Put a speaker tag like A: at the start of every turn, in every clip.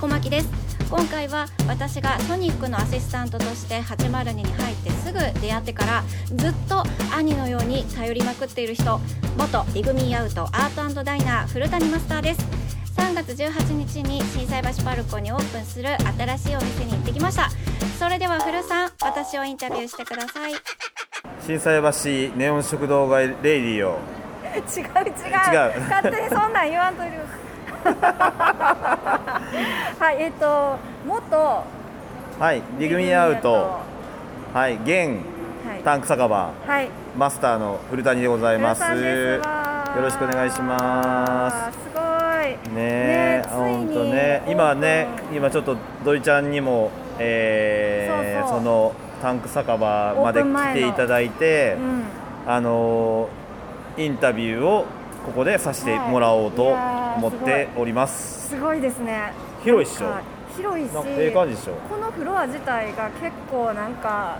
A: 小牧です今回は私がソニックのアシスタントとして802に入ってすぐ出会ってからずっと兄のように頼りまくっている人元リグミーアウトアートダイナー古谷マスターです3月18日に心斎橋パルコにオープンする新しいお店に行ってきましたそれでは古さん私をインタビューしてください
B: 心斎橋ネオン食堂街レイディオ
C: 違う違う
B: う
C: 勝手にそんなん言わんといてください はいえっ、と元
B: はいリグミアウトはい現
C: はい
B: タンク酒場
C: はい
B: マスターの古谷でございます
C: 皆さんですわ
B: よろしくお願いします
C: すごい
B: ねえ
C: ねついに
B: 本当ね今ね
C: オー
B: 今ちょっと土井ちゃんにも、えー
C: そうそう
B: のタンク酒場まで
C: オープン前
B: 来
C: の
B: ていただいて、
C: うん
B: あのーインタビューをここでさせてもらおうと
C: はいい
B: 思
C: や
B: っ
C: ー
B: ております、
C: すごいですね
B: 広いっしょ
C: なんか広いし
B: なんかええ感じでしょ
C: このフロア自体が結構なんか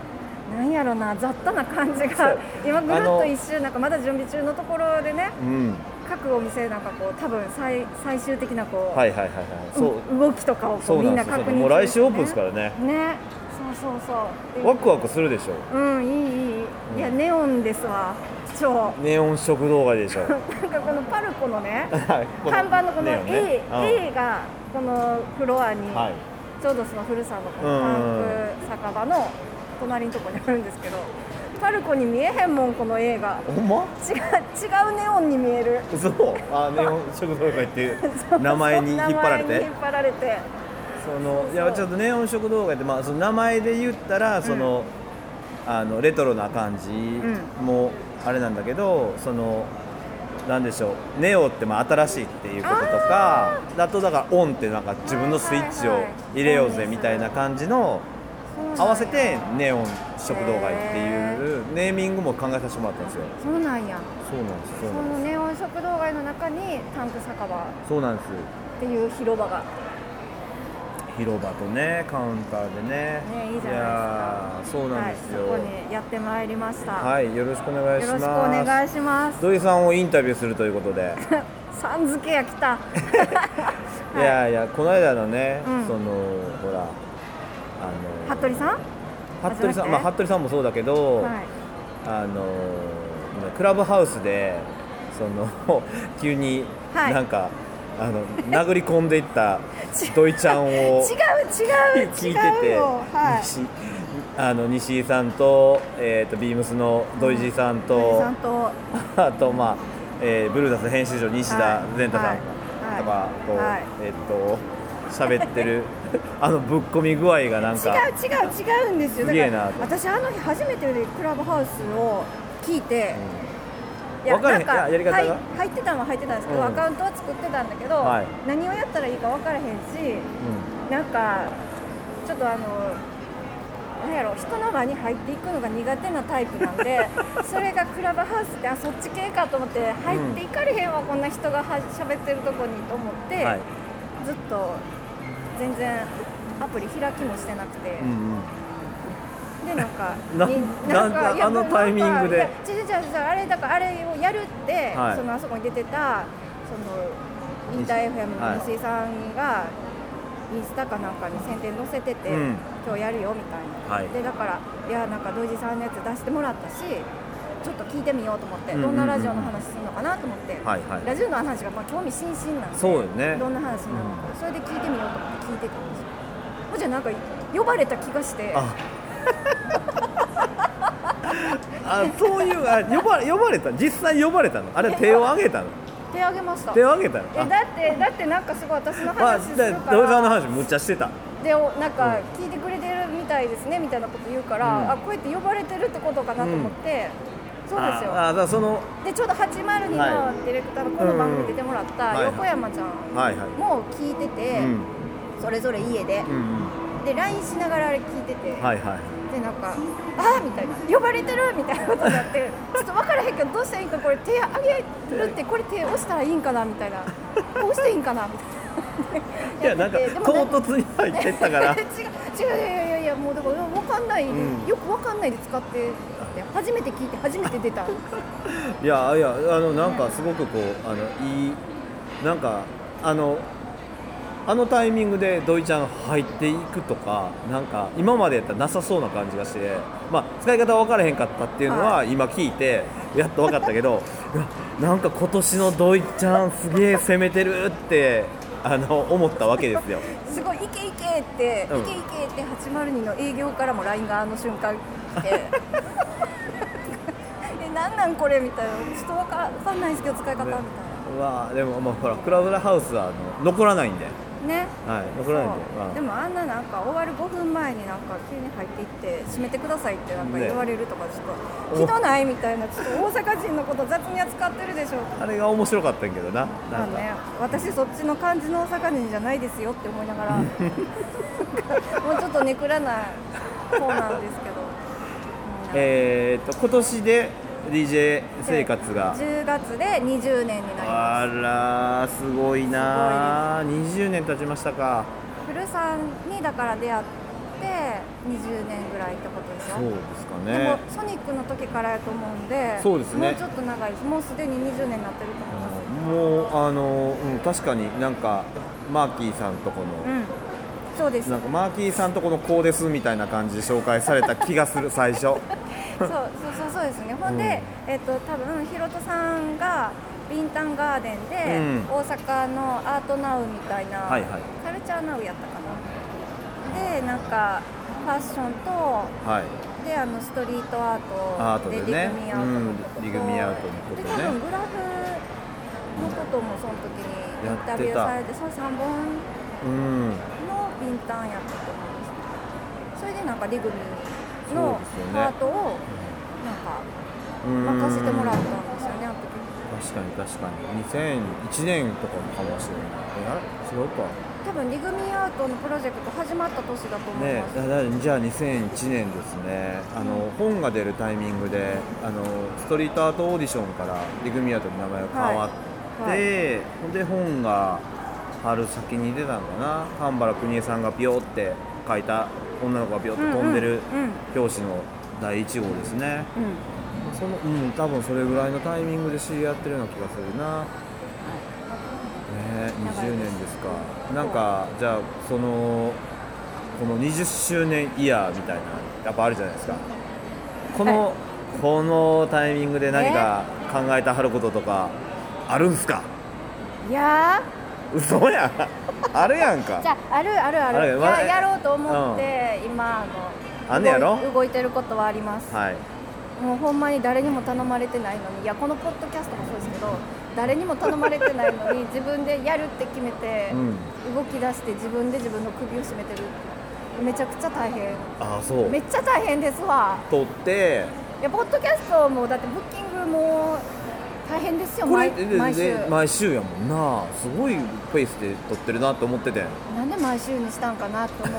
C: なんやろな雑多な感じ
B: そ
C: が
B: う
C: 今ぐるっ
B: あの
C: と一周なんかまだ準備中のところでね
B: うん
C: 各お店なんかこう多分最最終的なこう、
B: はいはいはいはい、そう
C: う動きとかをこ
B: そうう
C: み
B: なんん
C: な
B: ですよ、
C: 確認
B: もう来週オープンですすからね
C: ねそうそうそう
B: ワクワクするでしょ
C: うんいいいい、いやネオンですわ超
B: ネオン食堂街でしょ
C: なんかこのパルコのね
B: こ
C: 看板のこの
B: ネ
C: A,、
B: オンねうん
C: A がこのフロアに、
B: はい
C: ちょうどその古さんのこのパンク酒場の隣のとこにあるんですけどパルコに見えへんもんこの A が
B: ほんま
C: 違う違うネオンに見える
B: そうあネオン食堂街っていう名前に引っ張られ
C: 名
B: て
C: 前に引っ張られて
B: そのいやちょっとネオン食堂街って、まあ、その名前で言ったらその、あのレトロな感じもあれなんだけど、そのなんでしょうネオってまあ新しいっていうこととかあとだからオンってなんか自分のスイッチを入れよう
C: はいはい
B: ぜ
C: はい
B: みたいな感じの
C: そうなんや
B: 合わせてネオン食堂街っていうネーミングも考えさせてもらったんですよ
C: そうなんや
B: そうなんですそ
C: そう
B: なん
C: の
B: です
C: ネオン食堂街の中にタンク酒場
B: そうなんです
C: っていう広場が
B: 広場とねカウンターでね
C: ねいいじゃないですか
B: やーそうなんですよ、
C: はい、そこにやってまいりました、
B: はい、よろしくお願いしま
C: よろし
B: す。
C: くお願いします
B: 土井さんをインタビューするという ことで、
C: さん付けや来た
B: い、やいや、この間のね、
C: うん
B: そのほら、あの
C: 服部さんは
B: 服部さん、
C: 初めて
B: まあ服部さんもそうだけど、 あのクラブハウスでその 急に
C: はい
B: なんか、あの殴り込んでいった土井ちゃん
C: い
B: を
C: 違う違う
B: 聞いてて、
C: 違うよはい
B: 西あの西井さんとえっ、とビームスの土井爺さん
C: 服部
B: と
C: さんと
B: あと、まあえーブルーダス編集長西田
C: はい
B: 善太さん
C: はい
B: とかこう、
C: はい
B: えっと喋って るあのぶっ込み具合がなん
C: 違
B: か
C: う違う違うんですよ
B: すげえな
C: だから私あの日初めてクラブハウスを聞いて、
B: うん
C: いや
B: わかれへん
C: なん
B: いややり方が
C: はい入ってたのは入ってたんですけど、
B: うん
C: アカウントは作ってたんだけど、
B: はい
C: 何をやったらいいか分からへんし
B: う
C: なんかちょっとあのなんやろ人の輪に入っていくのが苦手なタイプなんで それがクラブハウスってあそっち系かと思って入っていかれへんわ、こんな人がは喋ってるとこにと思って、
B: んはい
C: ずっと全然アプリ開きもしてなくて。
B: うんうん
C: でなんか
B: な
C: み
B: なんか
C: いや
B: あのタイミングで
C: なんかいや違う違う違うあれだからあれをやるって、
B: はい
C: そのあそこに出てたそのインター FM
B: はい
C: の西井さんが、インスタかなんかに宣伝載せてて、
B: うん
C: 今日やるよみたいな、
B: はい
C: でだからいやなんか土井さんのやつ出してもらったしちょっと聞いてみようと思って、
B: うんうんうんうん
C: どんなラジオの話するのかなと思って、
B: はいはい
C: ラジオの話がまあ興味津々なんで
B: そうよね
C: どんな話なのか、それで聞いてみようと思って聞いてたんですよほんじゃなんか呼ばれた気がして
B: あ あそういうあ呼ば呼ばれた実際呼ばれたのあれ手を挙げたの
C: 手挙げました
B: 手を挙げたの
C: えだってだってなんかすごい私の
B: あ
C: 話す
B: で
C: る
B: 土井さ
C: か
B: んの
C: ら
B: 話むっちゃしてた
C: でおなんか聞いてくれてるみたいですねみたいなこと言うから、
B: うん
C: あこうやって呼ばれてるってことかなと思って、そうですよ
B: ああだからその
C: でちょうど802
B: は
C: のディレクターのこの番組出てもらっ
B: うんう
C: た
B: ん
C: 横山ちゃん
B: はいはい
C: も聞いてて、
B: うん
C: それぞれ家で
B: うんうん
C: で LINE しながらあれ聞いてて、
B: はいはい
C: でなんか「あーみたいな「呼ばれてる!」みたいなことになって ちょっと分からへんけどどうしたらいいんかこれ手あげるってこれ手押したらいいんかなみたいなこうしていいんかなみ
B: い
C: た
B: や
C: いな
B: なんか
C: やっててでも
B: 唐突に入ってったから
C: 違う 違ういやいやいやもうだから分かんない、
B: ん
C: よく分かんないで使ってで初めて聞いて初めて出た
B: いやいやあのなんかすごくこうあのいいなんかあのあのタイミングで土井ちゃん入っていくとかなんか今までやったらなさそうな感じがして、まあ、使い方分からへんかったっていうのは今聞いてやっと分かったけど うわなんか今年の土井ちゃんすげえ攻めてるってあの思ったわけ ですよ。
C: すごい「いけいけ」って「
B: うん
C: いけいけ」って802の営業からも LINE があの瞬間来 て「えなんなんこれ」みたいな「ちょっとわかわかんないですけど使い方」みたいう
B: わでも、まあ、ほらクラブハウスはあの残らないんで、
C: なね
B: はい、残
C: そう
B: らないんで。まあ
C: でもあんななんか終わる5分前になんか急に入っていって「閉めてください」ってなんか言われるとかちょっと
B: ね
C: ひどないみたいなちょっと大阪人のこと雑に扱ってるでしょ
B: あれが面白かったんやけどな
C: ま
B: な
C: あ
B: んか、
C: ね、私そっちの感じの大阪人じゃないですよって思いなが らもうちょっとネクらない方なんですけど、う ん
B: えー、っと今年で DJ 生活が
C: 10月で20年になりま
B: あらすごいなー20年経ちましたか
C: す古さんにだから出会って20年ぐらいってことでしょ
B: そうですか
C: でも
B: ね
C: ソニックの時からやと思うんで
B: そうですね
C: もうちょっと長いですもうすでに20年になってると思います、
B: もうあの、うん、確かになんかマーキーさんとこ
C: う
B: の、
C: ん、そうです
B: なんかマーキーさんとこのこうですみたいな感じで紹介された気が する最初
C: そうそうそうそうですね。ほんで、えっと多分ひろとさんがビンタンガーデンで、
B: うん
C: 大阪のアートナウみたいな、
B: はいはい
C: カルチャーナウやったかな。でなんかファッションと
B: はい
C: であのストリートア
B: アー
C: ート
B: ト
C: で
B: で
C: リグミ
B: ね
C: アートのこと
B: う
C: と、
B: んリグミアートのことね
C: で多分グラフのこともその時にインタビューされてその3本
B: うん
C: のビンタンやったと思うんですけどそれでなんかリグミの
B: そうですよね
C: パートをなんか
B: うん
C: 任せてもらったんですよねあの時
B: 確かに確かに2001年とかかもしれないえあれ違うか
C: 多分リグミアートのプロジェクト始まった年だと思い
B: ね
C: ます、
B: だだじゃあ2001年ですねあの、本が出るタイミングであのストリートアートオーディションからリグミアートの名前が変わって、
C: はいはい
B: で本が春先に出たのかな半原邦衛さんがピョーって書いた女の子がピョーって飛んでる
C: うんうん
B: 表紙の第1号ですね、
C: うん、うん
B: そのうん多分それぐらいのタイミングで知り合ってるような気がするなね
C: 長い
B: 20
C: で
B: 年ですかなんかじゃあそのこの20周年イヤーみたいなやっぱあるじゃないですかこの、このタイミングで何か考えてはることとかあるんすか
C: いや
B: 嘘やん あるやん
C: ーじゃ
B: か
C: ああるあるある
B: ある
C: い
B: まだ
C: ややろうと思って、今あの
B: あんねやろ
C: 動い動いてることはあります、
B: はい
C: もうほんまに誰にも頼まれてないのにいやこのポッドキャストもそうですけど誰にも頼まれてない のに自分でやるって決めて、
B: うん
C: 動き出して自分で自分の首を絞めてるめちゃくちゃ大変
B: ああそう
C: めっちゃ大変ですわ
B: 撮って
C: いやポッドキャストもだってブッキングも大変ですよ
B: これ
C: 毎
B: で
C: 毎週
B: で毎週やもんなすごいペースで撮ってるなと思ってて
C: なんで毎週にしたんかなって思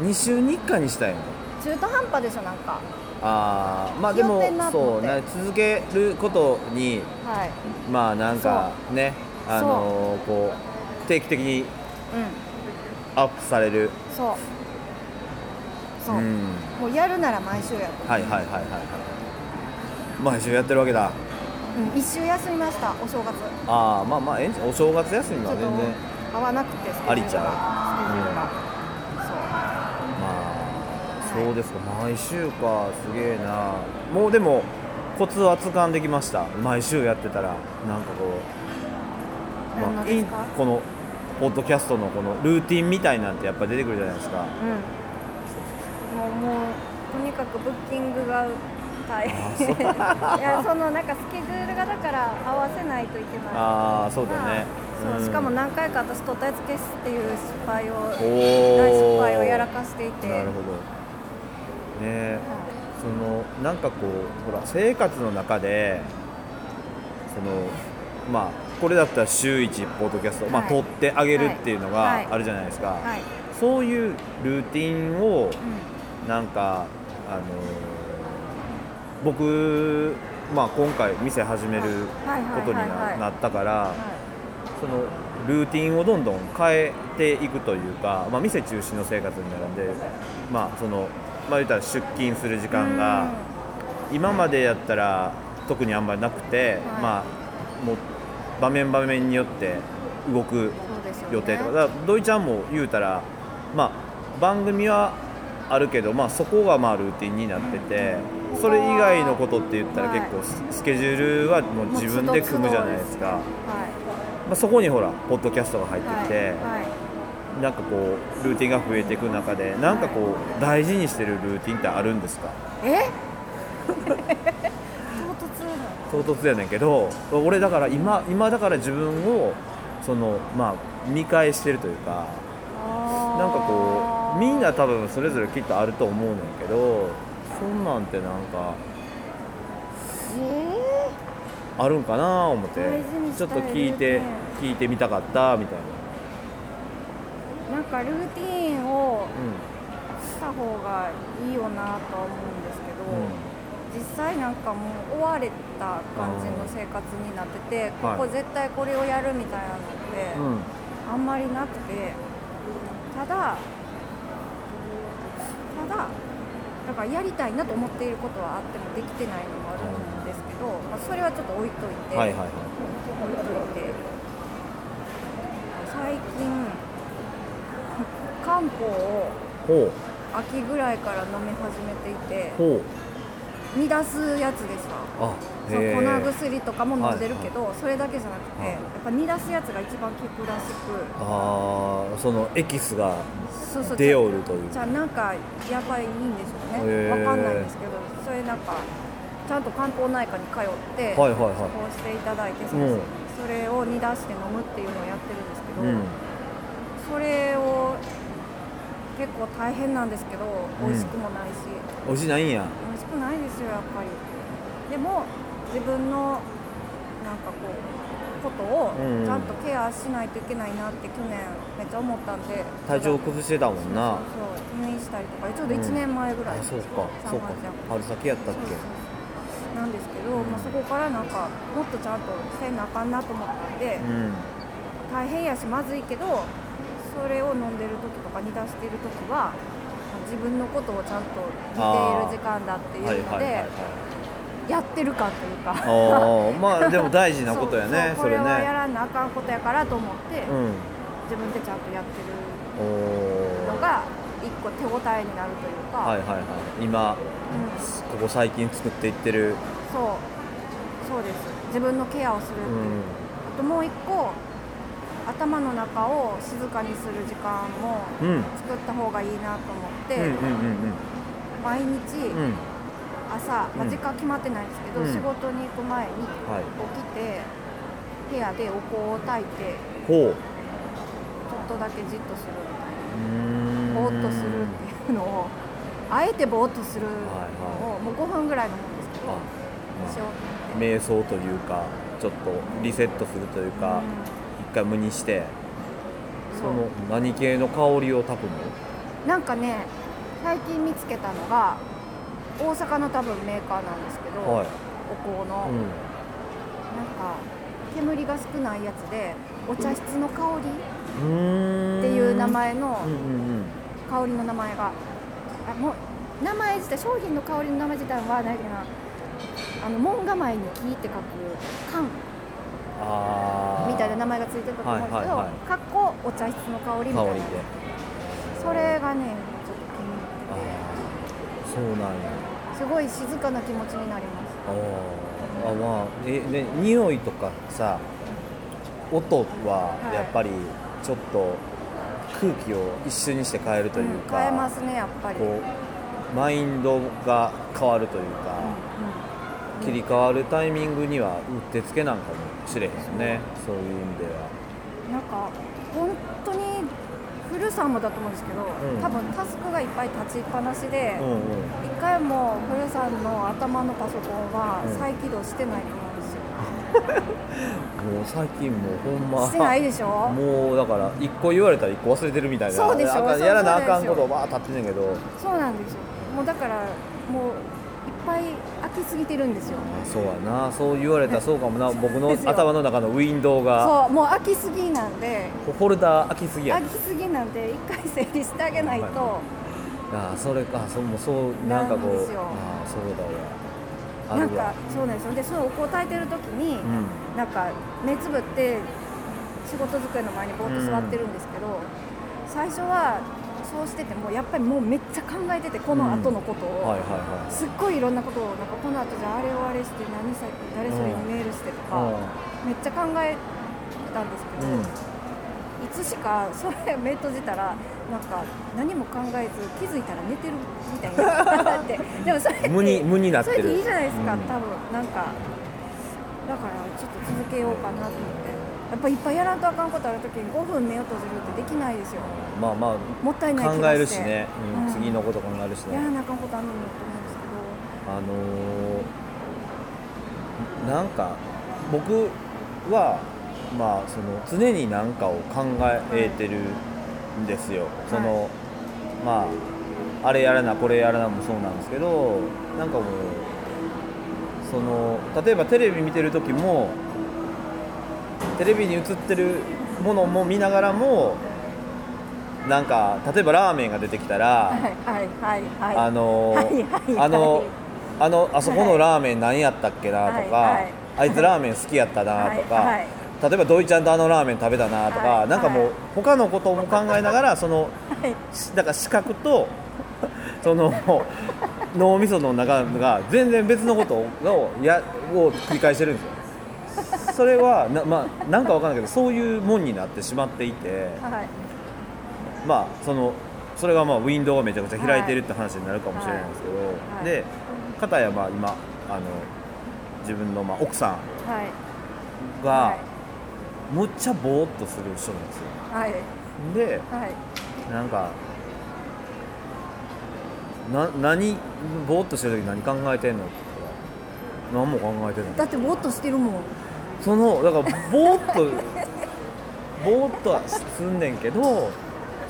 C: う
B: 2週に1回にしたいの
C: 中途半端でしょなんか
B: ああまあでも
C: 気負ってんなと
B: そ
C: 思っ
B: う
C: て
B: ね続けることに
C: はい
B: まあなんかね
C: そう
B: あのーこう定期的に
C: うん
B: アップされる
C: そうそう、
B: ん
C: もうやるなら毎週やと、
B: はいはいはいはいはい毎週やってるわけだ
C: うん、一週休みましたお正月
B: ああまあまあええんちゃうお正月休み
C: ちょ
B: は
C: っと
B: 全然
C: 合わなくてスケジュールが
B: ありち
C: スケジュールが、
B: まあそうですか毎週かすげえなもうでもコツは掴んできました毎週やってたらなんかこう、
C: そう何の
B: い
C: ですか、
B: このポッドキャストのこのルーティンみたいなんてやっぱ出てくるじゃないですか
C: うんもうもうとにかくブッキングが大 変いやそのなんかスケジュールがだから合わせないといけない
B: ああそうだね、
C: そう
B: うん
C: しかも何回か私取ったやつ消すっていう失敗を
B: おー
C: 大失敗をやらかしていて
B: なるほどねえそのなんかこうほら生活の中でそのまあこれだったら週1ポッドキャスト、まあ、
C: はい
B: 撮ってあげるっていうの
C: はい
B: があるじゃないですか、
C: はい、はい
B: そういうルーティンを
C: う
B: なんかあのー僕、まあ、今回店始める
C: はいはいはいはい
B: ことにななったから
C: んはい
B: そのルーティンをどんどん変えていくというか、まあ、店中心の生活になるんで、まあそのまあ、言ったら出勤する時間が今までやったら特にあんまりなくて、
C: はい
B: まあ、もう場面場面によって動く
C: そうですよね
B: 予定とかだから土井ちゃんも言うたら、まあ、番組はあるけど、まあ、そこがまあルーティンになっててそれ以外のことって言ったら
C: はい
B: 結構ス,、ケジュールはもう自分で組むじゃないですか、
C: は
B: まあ、そこにほらポッドキャストが入っ
C: いはい
B: てきて、
C: はい
B: なんかこうルーティンが増えていく中でなんかこう大事にしてるルーティンってあるんですか
C: え唐突な
B: 唐突やねんけど俺だから今今だから自分をそのまあ見返してるというか
C: あー
B: なんかこうみんな多分それぞれきっとあると思うねんけどそんなんてなんか
C: え
B: あるんかな思って
C: 大事にし
B: ち
C: た
B: ょ
C: い
B: っと聞いて
C: ルー
B: 聞いてみたかったみたいな、
C: ーなんかルーティーンを
B: う
C: した方がいいよなとは思うんですけど、
B: んうん
C: 実際なんかもう追われた感じの生活になっててこ
B: はい
C: こ絶対これをやるみたいなのって、
B: うん
C: あんまりなくてただただだからやりたいなと思っていることはあってもできてないのもあるんですけど、まあ、それはちょっと置いといて、
B: はいはいはい
C: 置いといて最近漢方を
B: ほう
C: 秋ぐらいから飲み始めていて
B: ほう
C: 煮出すやつでした
B: あ
C: そ
B: へ
C: の粉
B: え
C: 薬とかも飲んでるけど、それだけじゃなくて、
B: はい
C: やっぱ煮出すやつが一番効くらしく
B: あーそのエキスが
C: そうそう
B: 出よるという
C: じゃあなんかやばいんでしょう
B: へ
C: ね
B: ー
C: わかんないんですけどそれなんかちゃんと漢方内科に通って、
B: はいはい
C: こ
B: は
C: うしていただいて、
B: うん
C: それを煮出して飲むっていうのをやってるんですけ
B: い、う
C: ど、
B: ん、
C: それを結構大変なんですけど美味しくもないし、
B: 美味しないんや
C: 美味しくないですよやっぱりでも自分のなんかこうことを
B: うん
C: ちゃんとケアしないといけないなって去年めっちゃ思ったんで
B: 体調崩してたもんな
C: そう入院したりとかちょうど1年前ぐらい、
B: あそうか
C: 三
B: そう
C: 月
B: か
C: や
B: 春先やったっ
C: そうそう
B: け
C: そうなんですけど、まあ、そこからなんかもっとちゃんとせなあかんなと思ったんで、
B: うん
C: 大変やしまずいけどそれを飲んでる時とか煮出してる時は自分のことをちゃんと見ている時間だっていう
B: はい
C: の
B: はいはいはい
C: でやってるかというか
B: ああまあでも大事なことやね
C: そ
B: そ
C: うそう
B: れ
C: これはや
B: ね
C: らなあかんことやからと思っ
B: う
C: て、
B: ん
C: 自分でちゃんとやって
B: お
C: るの
B: お
C: が一個手応えになるというか、
B: はいはいはい今
C: う
B: こ
C: ん、
B: こ最近作っていってる
C: そうそうです自分のケアをす
B: う
C: るっていう、
B: ん
C: あともう一個頭の中を静かにする時間も
B: うん
C: 作った方がいいなと思って、
B: うんうんうん
C: 毎日
B: うんうん
C: 朝、ま
B: う
C: あ、
B: ん
C: 時間決まってないんですけど、
B: うん
C: 仕事に行く前に起
B: はい
C: きて部屋でお香を焚いて
B: ほう
C: ちょっとだけじっとするみたいな。
B: うーん
C: ぼーっとするっていうのをあえてぼーっとするのを、
B: は
C: もう5分ぐらいのもんですけど
B: あ
C: しようって
B: 瞑想というかちょっとリセットするというか、一回無にしてそ
C: そう
B: の何系の香りを炊くの
C: なんかね最近見つけたのが大阪の多分メーカーなんですけど、
B: はい、
C: お
B: う
C: 香の、
B: ん、
C: なんか煙が少ないやつでお茶室の香り
B: うーん
C: っていう名前の
B: うんうん
C: 香りの名前があもう名前自体商品の香りの名前自体はないけどなあの門構えに木って書く缶
B: ああ
C: みたいな名前がついてると思うんですけ
B: はい
C: ど、
B: はいはい
C: かっこお茶室の香りみた
B: 香
C: いな
B: りで
C: それがねちょっと気に
B: あ
C: 入って
B: あそうなんや
C: てすごい静かな気持ちになります
B: あーあまあえね匂いとかさ音は
C: はい
B: やっぱりちょっと空気を一瞬にして変えるというか、
C: 変えますねやっぱり、うんうん
B: こうマインドが変わるというか、切り替わるタイミングにはうってつけなんかもしれへんねそういう意味では
C: なんか本当に古さんもだと思うんですけど、
B: ん
C: 多分タスクがいっぱい立ちっぱなしで、
B: うんうん
C: 一回も古さんの頭のパソコンは
B: うん
C: 再起動してないと思うんですよ、
B: もう最近もうほんま
C: してないでしょ
B: もうだから一個言われたら一個忘れてるみたいな
C: そうでしょ
B: あかん
C: そう
B: やらなあかん
C: そうでしょ
B: ことをわー立ってんねんけど
C: そうなんですよもうだからもういっぱい飽きすぎてるんですよ
B: あそうやなそう言われたらそうかもな僕の
C: ですよ
B: 頭の中のウィンドウが
C: そうもう飽きすぎなんで
B: フォルダー開きすぎや
C: 飽
B: ね
C: きすぎなんで一回整理してあげないと
B: あそれかそうもうそうなんかこ
C: なんで
B: う
C: すよ
B: ああそうだわ
C: な
B: あ
C: ん
B: るわ
C: かそうなんですよでそのお香炊いてる時に、
B: うん
C: なんか目つぶって仕事机の前にぼーっと座ってるんですけど、最初はそうしててもやっぱりもうめっちゃ考えててこの後のことを、
B: はいはいはい
C: すっごいいろんなことをなんかこの後じゃああれをあれして何さ誰それにメールしてとか、めっちゃ考えたんですけど、
B: うん
C: いつしかそれ目閉じたらなんか何も考えず気づいたら寝てるみたい になってでもそれって
B: うん無に無になっ
C: そ
B: て
C: れ
B: る
C: でいいじゃないですか、
B: うん
C: 多分なんかだからちょっと続けようかなと思ってやっぱいっぱいやらんとあかんことある時に5分目を閉じるってできないですよ
B: まあま
C: もったい
B: あ
C: ない気がして
B: 考えるしね、うん
C: うん
B: 次のこと考えるし
C: や
B: ね
C: らなあかんことあるのにと思うんですけど
B: あのーなんか僕はまあその常に何かを考えてるんですよ、そのまああれやらなこれやらなもそうなんですけどなんかもうその例えばテレビ見てる時もテレビに映ってるものも見ながらもなんか例えばラーメンが出てきたら、
C: はいはいはいはい
B: あのー
C: はいはい
B: あのあのあそこのラーメン何やったっけなとか、
C: はいはい
B: あいつラーメン好きやったなとか、
C: はいはい
B: 例えば土井ちゃんとあのラーメン食べたなとか、
C: はい
B: なんかも
C: は
B: う
C: い
B: 他のことも考えながらその
C: はい
B: しだから視覚とそ の脳みその中が全然別のことをやを繰り返してるんですよ。それはな,、まあ、なんかわかんないけどそういうもんになってしまっていて。
C: はい
B: まあそのそれがまあウィンドウがめちゃくちゃ開いてるって話になるかもしれないんですけど、
C: い
B: で片やまあ今あの自分のまあ奥さ
C: は
B: ん
C: い
B: が
C: はい
B: むっちゃぼーっとする人なんですよ
C: はい
B: で
C: はい
B: なんかな何ぼーっとしてる時何考えてんのって言ったら何も考えてない
C: だってぼーっとしてるもん
B: そのだからぼーっとぼーっとはすんねんけど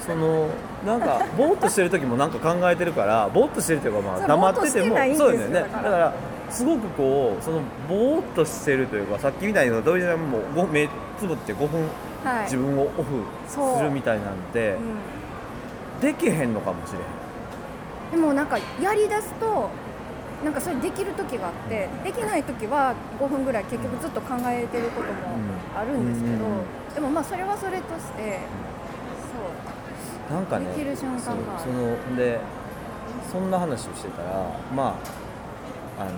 B: そのなんかぼーっとしてる時もなんか考えてるからぼーっとしてるというかま
C: そ
B: あ
C: れ
B: 黙ってて
C: ぼーっとして
B: も
C: ないんです
B: そ
C: よ
B: うですよねだ
C: だ
B: か
C: から
B: らすごくこうそのぼーっとしてるというかさっきみたいに土井ちゃんもご目つぶって5分
C: はい
B: 自分をオフ
C: そう
B: するみたいなんて
C: うん
B: できへんのかもしれん
C: でもなんかやりだすとなんかそれできる時があってできない時は5分ぐらい結局ずっと考えてることもあるんですけど、
B: うん
C: でもまあそれはそれとしてそう
B: なんかね
C: できる瞬間が
B: そうそのでそんな話をしてたらまああの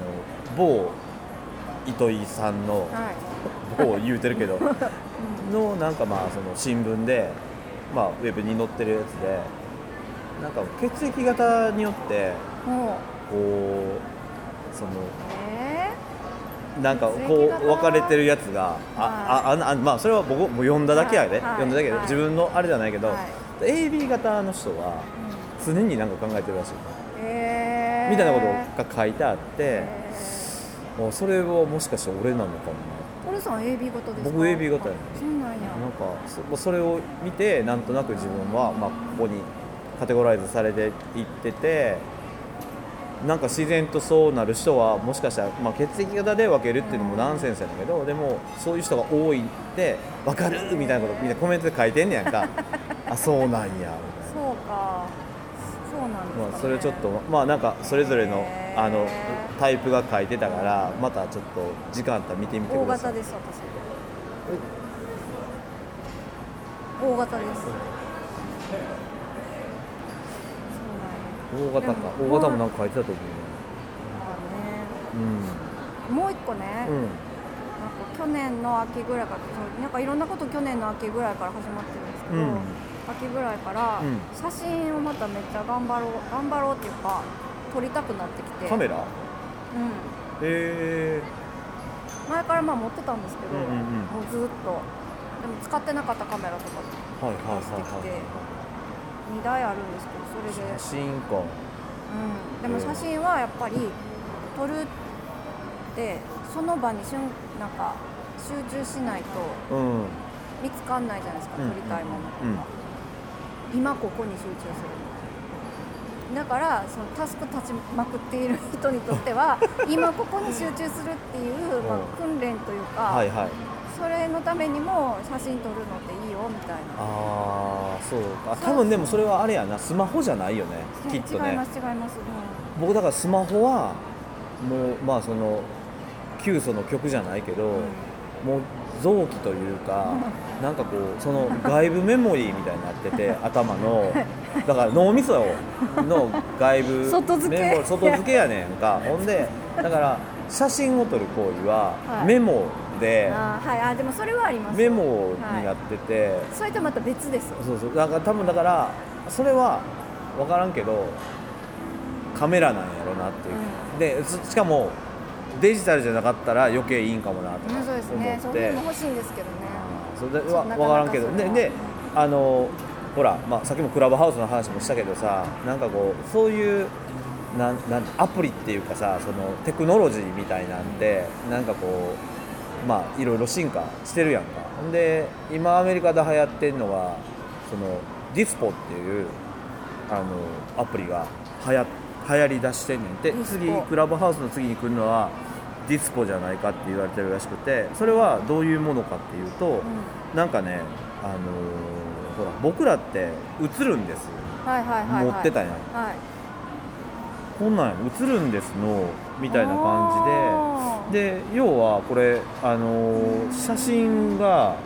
B: 某糸井さん の
C: はい
B: 某言うてるけどのなんかまあその新聞で、まあ、ウェブに載ってるやつでなんか血液型によって
C: も
B: こうその
C: うえ
B: なんか
C: 血
B: こ
C: 液
B: う
C: 型
B: 分かれてるやつがあああのあまあそれは僕も読んだだけやで、
C: はいはい
B: 読んだだけで、
C: はい
B: 自分のあれじゃないけど、
C: はい
B: AB 型の人は
C: ーう
B: 常に何か考えてるらしいなん
C: えー、
B: みたいなことが書いてあって
C: え
B: あそれはもしかして俺なのかも
C: ー、俺さん AB 型ですか
B: 僕 AB 型やね
C: あそうなん
B: な
C: や
B: なんかそそれを見てなんとなく自分は、まあ、ここにカテゴライズされていっててなんか自然とそうなる人はもしかしたら、まあ、血液型で分けるっていうのもナンセンスやねんけどでもそういう人が多いって分かるみたいなことみんなコメントで書いてんねやんかあそうなんやみたいな。
C: そうかそうなんですか、ね、
B: まあ、それちょっとまあなんかそれぞれの
C: へー
B: あのタイプが書いてたからまたちょっと時間あったら見てみて
C: 大
B: くださ
C: 型
B: い
C: です私大型ですそう
B: 大型か
C: うん
B: 大型もなんか書いてたと思
C: なん
B: ううん
C: やもう一個ね、
B: うん
C: なんか去年の秋ぐらいからそうなんかいろんなこと去年の秋ぐらいから始まってるんですけど、
B: うん
C: 秋ぐらいから
B: うん
C: 写真をまためっちゃ頑張ろう頑張ろうっていうか撮りたくなってきて
B: カメ
C: ラ、
B: ラへ
C: うん、
B: え
C: 前からまあ持ってたんですけど、
B: うんうんうん
C: もうずっとでも使ってなかったカメラとか
B: はいはいはい
C: してきて
B: は
C: 2台あるんですけどそれで
B: い写真か
C: うん、でも写真はやっぱり撮るってその場にしゅんなんか集中しないと
B: うんうん
C: 見つかんないじゃないですか
B: うん
C: 撮りたいものとか、
B: うん
C: 今ここに集中するだからそのタスク立ちまくっている人にとって は今ここに集中するっていう、まあ
B: うん
C: 訓練というか、
B: はいはい
C: それのためにも写真撮るのっていいよみたいな
B: ああそうか
C: そう
B: 多分でもそれはあれやなスマホじゃないよねきっと
C: 違い
B: ね
C: ます違います、
B: 僕だからスマホはもうまあその旧ソの曲じゃないけど、
C: うんうん
B: もう臓器というかなんかこうその外部メモリーみたいになって て頭のだから脳みその外部
C: 外付け
B: メモ外付けやねんかほんでだから写真を撮る行為
C: は
B: はいメモで、
C: あーはいあーでもそれはあります
B: メモになってて、
C: それとはまた別ですよ
B: そうそうだから多分だからそれは分からんけどカメラなんやろなっていう、でそしかもデジタルじゃなかったら余計いいんかもなとか
C: うんそうですね
B: 思
C: そ
B: っ
C: れ
B: て
C: も欲しいんですけどね
B: それ
C: そう
B: は
C: なかなか
B: 分からんけど
C: それ
B: で
C: は
B: であのほら、まあ、さっきもクラブハウスの話もしたけどさなんかこうそういうなんなんアプリっていうかさそのテクノロジーみたいなんでなんかこうまあいろいろ進化してるやんかほんで今アメリカで流行ってるのがそのディスポっていうあのアプリが流行流行りだしてんねんて
C: ディスポ
B: 次クラブハウスの次に来るのはディスポじゃないかって言われてるらしくてそれはどういうものかっていうと、
C: う
B: なんかね、あのーほら僕らって映るんです、
C: んはいはいはいはい
B: 持ってたやん
C: はい
B: こんなんや映るんですのみたいな感じでで要はこれ、あのー写真が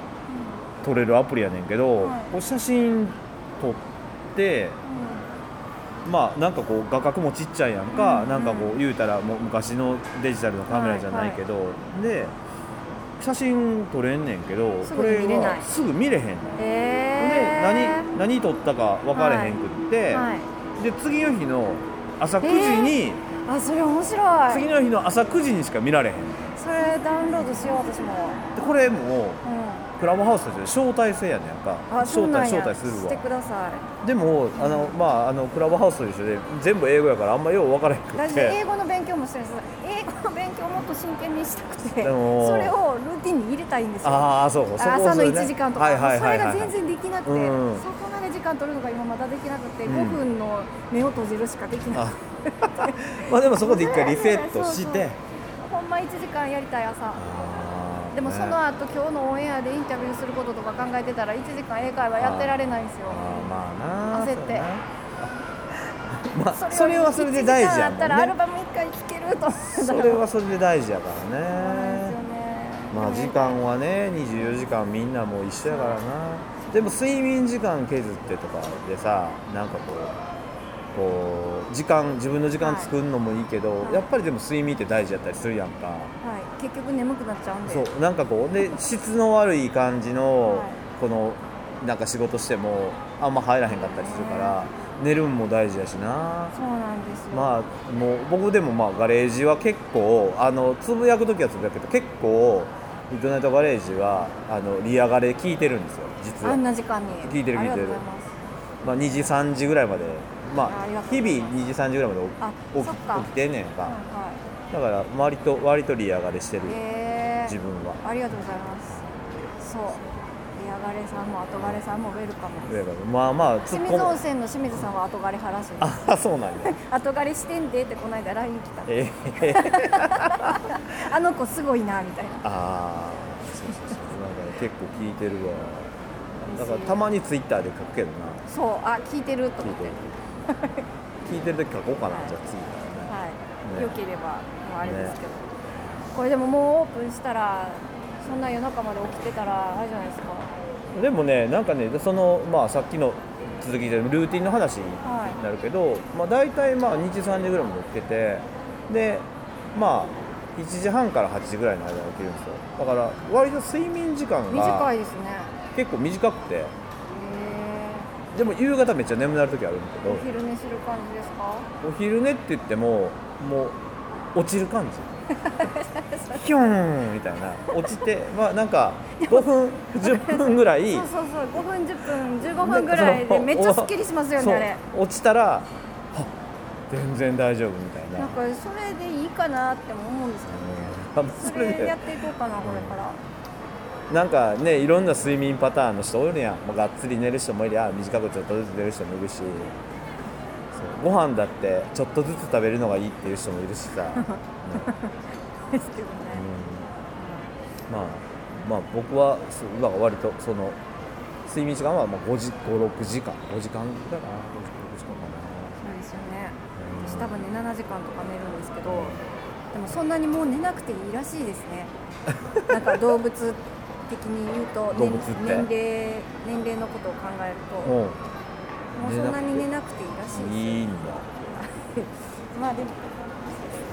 B: 撮れるアプリやねんけど、
C: はい
B: こう写真撮ってまあなんかこう画角もちっちゃいやんか、
C: うんうん
B: なんかこう言うたらもう昔のデジタルのカメラじゃないけど、で写真撮れんねんけど
C: すぐ
B: これ
C: 見れない
B: はすぐ見れへんねんで
C: え
B: 何何撮ったか分かれへんくって、
C: はい
B: で次の日の朝9時に、
C: あそれ面白い
B: 次の日の朝9時にしか見られへんで
C: それダウンロードしよう私も、
B: これも
C: うん、
B: うクラブハウスで招待制やねんか
C: あそ
B: 招
C: うな
B: 待
C: んや
B: 招待する
C: してく
B: わ
C: ださ
B: でもあの、まあ、あのクラブハウスと一緒で全部英語やからあんまよう分からへん
C: い大
B: く
C: 事
B: て
C: 英語の勉強もしてるんです英語の勉強をもっと真剣にしたくて
B: でも
C: それをルーティンに入れたいんですよ
B: ああそうそこ
C: 朝の
B: そうね
C: 1時間とか、
B: はいはいはい
C: そ
B: は
C: れが全
B: い
C: 然できなくて、
B: うん
C: そこまで時間取るのが今まだできなくて、
B: うん
C: 5分の目を閉じるしかできない
B: あまあでもそこで一回リセ ットして
C: ほんま1時間やりたい朝
B: あー
C: でもそ
B: ね
C: の後、今日のオンエアでインタビューすることとか考えてたら1時間英会話やってられないんですよ
B: あーまあな
C: 焦 って
B: そうだなまあそれはそれで大事やもん
C: 1時間あったらアル
B: ね
C: バム1回聴けると思ってたら
B: それはそれで大事やか
C: そうなんです
B: ら
C: よ
B: ね
C: ね
B: まあ時間はね24時間みんなもう一緒やからなでも睡眠時間削ってとかでさなんかこうこう時間自分の時間作るのもいいけど、
C: はい
B: やっぱりでも睡眠って大事やったりするやんか、
C: はい結局眠くなっちゃうんで
B: そうなんかこうで質の悪い感じの、
C: はい
B: このなんか仕事してもあんま入らへんかったりするから、寝るんも大事やしな
C: そうなんですよ
B: まあもう僕でもまあガレージは結構あのつぶやく時はつぶやくけど結構ミッドナイトガレージはあのリアガレ聞いてるんですよ実
C: あ
B: は
C: ん、な時間に
B: 聞いてる聞いてる
C: ありがとうございます
B: まあ、2時3時ぐらいまでま
C: あありが
B: あ
C: と
B: 日
C: うございます
B: 々2時3時ぐらいま
C: あ
B: で起
C: そっ
B: き
C: か
B: 起きてんねん
C: はい
B: か、
C: は
B: だから割と割とリアガレしてる
C: いえ
B: 自分は
C: ありがとうございますそうリアガレさんも後ガレさんもウェルカム
B: だ
C: です
B: からまあまあ突っ込
C: 清水温
B: む
C: 泉の清水さんは後ガレ派らしいです
B: あそうなんだ
C: 後ガレしてんでってこの間 LINE 来た
B: ええ
C: あの子すごいなみたいな
B: ああそうそうそうなんか結構聞いてるわだからたまにツイッターで書くけどな
C: そうあ聞いてると
B: 聞
C: 思
B: い
C: ってて
B: る聞いてる時書こうかなじゃあ次からね
C: はい、
B: ね
C: 良ければもうあれですけど、これでももうオープンしたらそんな夜中まで起きてたらあれじゃないですか
B: でもねなんかねそのまあさっきの続きでルーティンの話に
C: はい
B: なるけど、まあ大体まあ2時3時ぐらいまで起きててでまあ1時半から8時ぐらいの間に起きるんですよだから割と睡眠時間
C: 短
B: が
C: いですね
B: 結構短くて
C: へ
B: でも夕方めっちゃ眠なる時あるんだけ
C: え
B: ど
C: お昼寝する感じですか
B: お昼寝って言ってももう落ちる感 じヒョーンみたいな落ちてまあなんか5分10分ぐらい
C: そうそうそう5分10分15分ぐらい
B: そ
C: で
B: の
C: めっちゃすっきりしますよねあれ
B: そう落ちたらはっ全然大丈夫みたいな
C: なんかそれでいいかなっても思うんですけ
B: うん
C: ど
B: そ
C: そ
B: れ
C: れ
B: で
C: やっていこうかなこれから、
B: なんかねいろんな睡眠パターンの人おるやん、まあ、がっつり寝る人もいりゃ短くちょっとずつ寝る人もいるしそうご飯だってちょっとずつ食べるのがいいっていう人もいるし さ、ね
C: ですけどね、
B: うんまあ、まあ僕はそうなんか割とその睡眠時間はまあ5時56時間5時間ぐらいかな5時間か
C: そうですよね
B: うん
C: 私多分ね7時間とか寝るんです けどでもそんなにもう寝なくていいらしいですねなんか動物的に言うと
B: 動物って
C: 年年齢年齢のことを考えるとも
B: おう
C: うそんなに寝なくていいらしい
B: いいんだ
C: ですよまあでも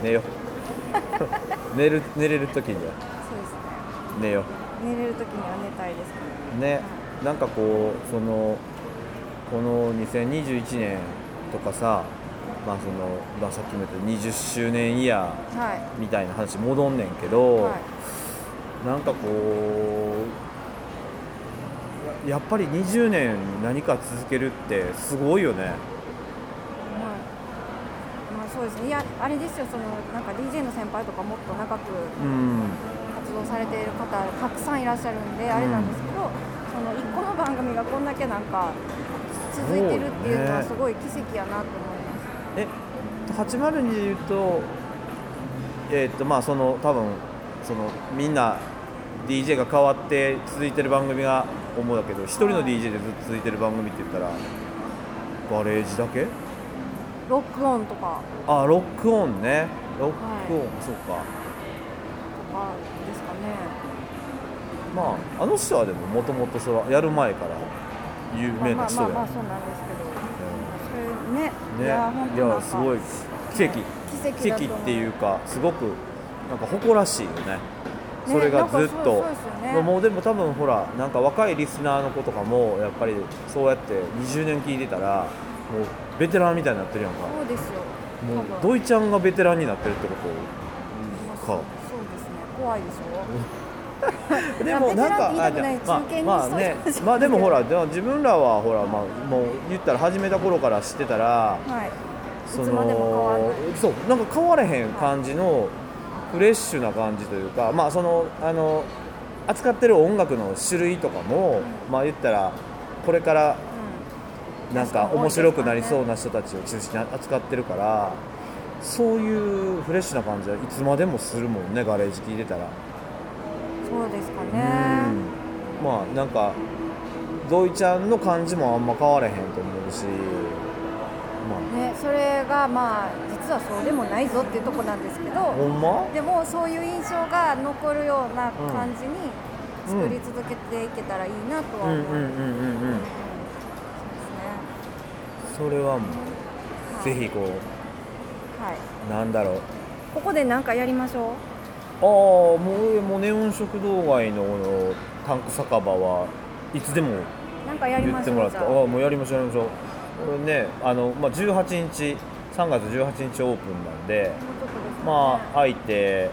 B: 寝よう 寝る寝れる時には
C: そうですね
B: 寝よ
C: 寝れる時には寝たいですけど
B: うねなんかこうそのこの2021年とかさまあその、まあ、さっきも言った20周年イヤ
C: は
B: ー
C: い
B: みたいな話戻んねんけど、
C: はい
B: なんかこうややっぱり20年何か続けるってすごいよね
C: まあ、まあそうですねいやあれですよそのなんか DJ の先輩とかもっと長く
B: うん
C: 活動されている方たくさんいらっしゃるんであれなんですけど、その1個の番組がこんだけなんか続いてるっていうのはす
B: そうね
C: ごい奇跡やなと思います、
B: え802で言うとえーっとまあその多分そのみんな DJ が変わって続いてる番組が主だけど一人の DJ でずっと続いてる番組って言ったらガレージだけ
C: ロックオンとか
B: あロックオンねロックオン、そうか
C: とかですかね
B: まああの人はでももともとそれはやる前から有名
C: ま
B: な
C: あ
B: 人
C: まあ
B: や
C: まあまあ
B: ね
C: そうなんです
B: ね
C: けどそれねいや本当
B: い
C: なん
B: や
C: か
B: すごい奇跡
C: 奇跡だと思う
B: 奇跡っていうかすごくなんか誇らしいよね
C: ね
B: それがずっ
C: なんかそう
B: と
C: そうですよね
B: もうでも多分ほらなんか若いリスナーの子とかもやっぱりそうやって20年聞いてたらもうベテランみたいになってるやんか
C: そうですよ
B: もう
C: 多分
B: 土井ちゃんがベテランになってるってこ
C: まあ
B: とか
C: そうですね怖いでしょ
B: でも
C: いや
B: なんか
C: ベテランって言いたくない
B: あじゃあまあまあ
C: 中堅
B: ね
C: にそう
B: まあでもほ らでも自分らはほらまあもう言ったら始めた頃から知ってたら
C: はいいつ
B: そ
C: までも変わら
B: の
C: ない
B: そうなんか変われへん感じのフレッシュな感じというかまあそのあの扱ってる音楽の種類とかも、まあ言ったらこれからなんか面白くなりそうな人たちを中心に扱ってるからそういうフレッシュな感じはいつまでもするもんねガレージ聞いてたら。
C: うんそうですかね
B: うんまあなんか土井ちゃんの感じもあんま変われへんと思うしま
C: ね、それがまあ実はそうでもないぞっていうとこなんですけ
B: あほ
C: ど
B: んま
C: でもそういう印象が残るような感じ
B: う
C: に
B: ん
C: 作り続けていけたらいいなとは
B: うんうん
C: 思う
B: うん
C: んですね。
B: うんうんそれはもうぜひこ
C: はい、
B: うなんだろう
C: ここで何かやりましょ
B: ああもうもうネオン食堂街のこのタンク酒場はいつでも
C: うなんかやり
B: 言
C: ま
B: っ
C: してょ
B: もら
C: う
B: っ
C: じ
B: た
C: ゃ
B: ああ
C: あ
B: もうやりましょうやりましょうこれねあの、まあ、18日3月18日オープンなんでまあ
C: あ、
B: 空いて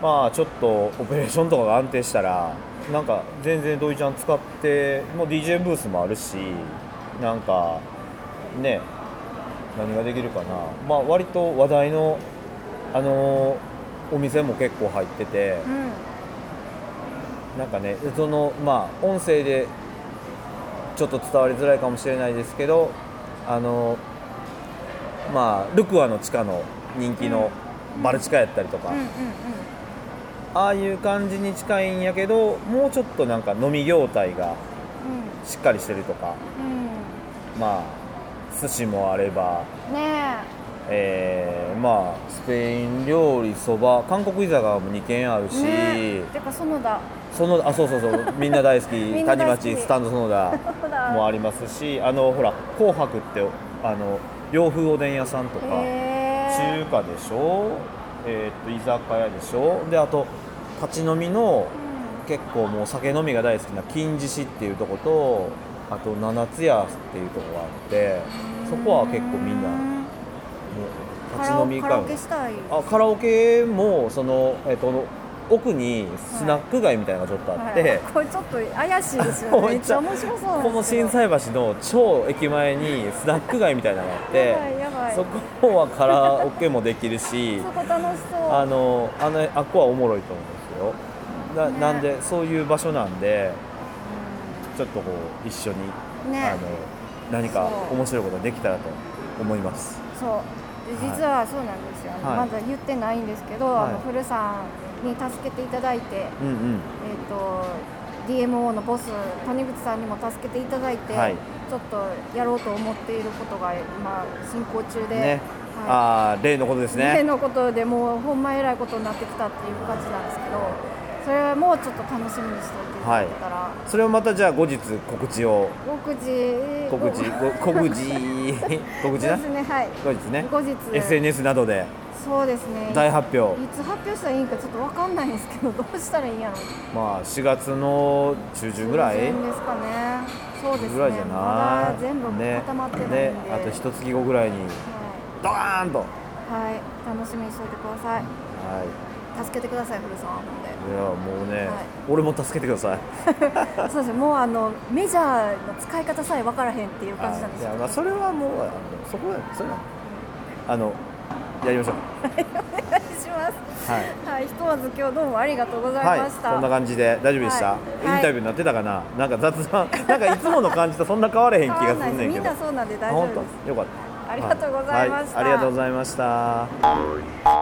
C: う
B: まあちょっとオペレーションとかが安定したらなんか全然土井ちゃん使ってもう DJ ブースもあるしなんかね何ができるかなまあ割と話題のあのお店も結構入ってて
C: んうん
B: なんかねそのまあ音声でちょっと伝わりづらいかもしれないですけどあのまあルクアの地下の人気のバルチカやったりとか、
C: うんうん
B: ああいう感じに近いんやけどもうちょっとなんか飲み業態がしっかりしてるとか
C: うん
B: まあ寿司もあれば、
C: うんね
B: えーまあスペイン料理そば韓国居酒屋も2軒ある
C: え
B: し、
C: ねえてか園田
B: そのあそうそうそうみんな大好き
C: みんな
B: 谷
C: 大好き
B: 町スタンド園田
C: 園田
B: もありますしあのほら「紅白」ってあの洋風おでん屋さんとか。
C: へ
B: 中
C: え
B: 華でしょ、えー、と居酒屋でしょであと立ち飲みの結構もう酒飲みが大好きな金獅子っていうとことあと七つ屋っていうとこがあってそこは結構みんなもう立ち飲み
C: カ
B: 会
C: ラオケしたい
B: あカラオケもその、えー、と奥にスナック街みたいなのがちょっとあって、
C: はいこれちょっと怪しいですよねめっちゃ面白そうなんですけど
B: この心斎橋の超駅前にスナック街みたいなのがあって
C: やばいやばい
B: そこはカラオケもできるし
C: そこ楽しそう
B: あのあのあっこはおもろいと思うんですよな,、
C: ね
B: なんでそういう場所なんでちょっとこう一緒に、
C: ね
B: あの何か
C: そう
B: 面白いことができたらと思います
C: そうで
B: はい
C: 実はそうなんですよ、あの
B: はい
C: まだ言ってないんですけど、
B: はい
C: あの古さんに助けていただいて、
B: うんうん
C: えっと DMO のボス谷口さんにも助けていただいて、
B: はい
C: ちょっとやろうと思っていることが今進行中で、
B: ね、
C: は
B: ああ例のことで
C: い
B: す
C: 例
B: ね
C: のことでもうほんまえらいことになってきたっていう感じなんですけどそれもちょっと楽しみにしておいていただけたら、
B: それをまたじゃあ後日告知を
C: 告知
B: 告知
C: ご
B: ご告知告知
C: で
B: な
C: すねはい
B: 後日ね
C: 後日
B: SNS などで
C: そうですね
B: 大発表
C: いつ発表したらいいんかちょっとわかんないんですけどどうしたらいいんやろ
B: まあ4月の中旬ぐらい
C: 中旬ですかねそうですね
B: ぐらいじゃ
C: ま
B: な
C: だ
B: い
C: 全部
B: ね
C: 固まってないんで、
B: ねあと一月後ぐらいにドーンとは
C: はい、はい、楽しみにしておいてください
B: い
C: 助けてください古さんほんで
B: いやもうね、
C: はい
B: 俺も助けてください
C: そうですねもうあのメジャーの使い方さえ分からへんっていう感じなんです
B: い
C: よ
B: やまあそれはもうあのそこはそれはあのやりましょう
C: お願いします
B: はい
C: はい、ひとまず今日どうもありがとうございました、
B: そんな感じで大丈夫でした、
C: はいはい
B: インタビューになってたかななんか雑談 なんかいつもの感じとそんな変わらへん気
C: 変
B: が
C: わんな
B: す
C: い
B: ん
C: で
B: ね
C: す
B: んけ
C: みん
B: ど
C: なそうなんで大丈
B: 本
C: 夫です
B: 当よかった
C: ありがとうございました
B: はいありがとうございました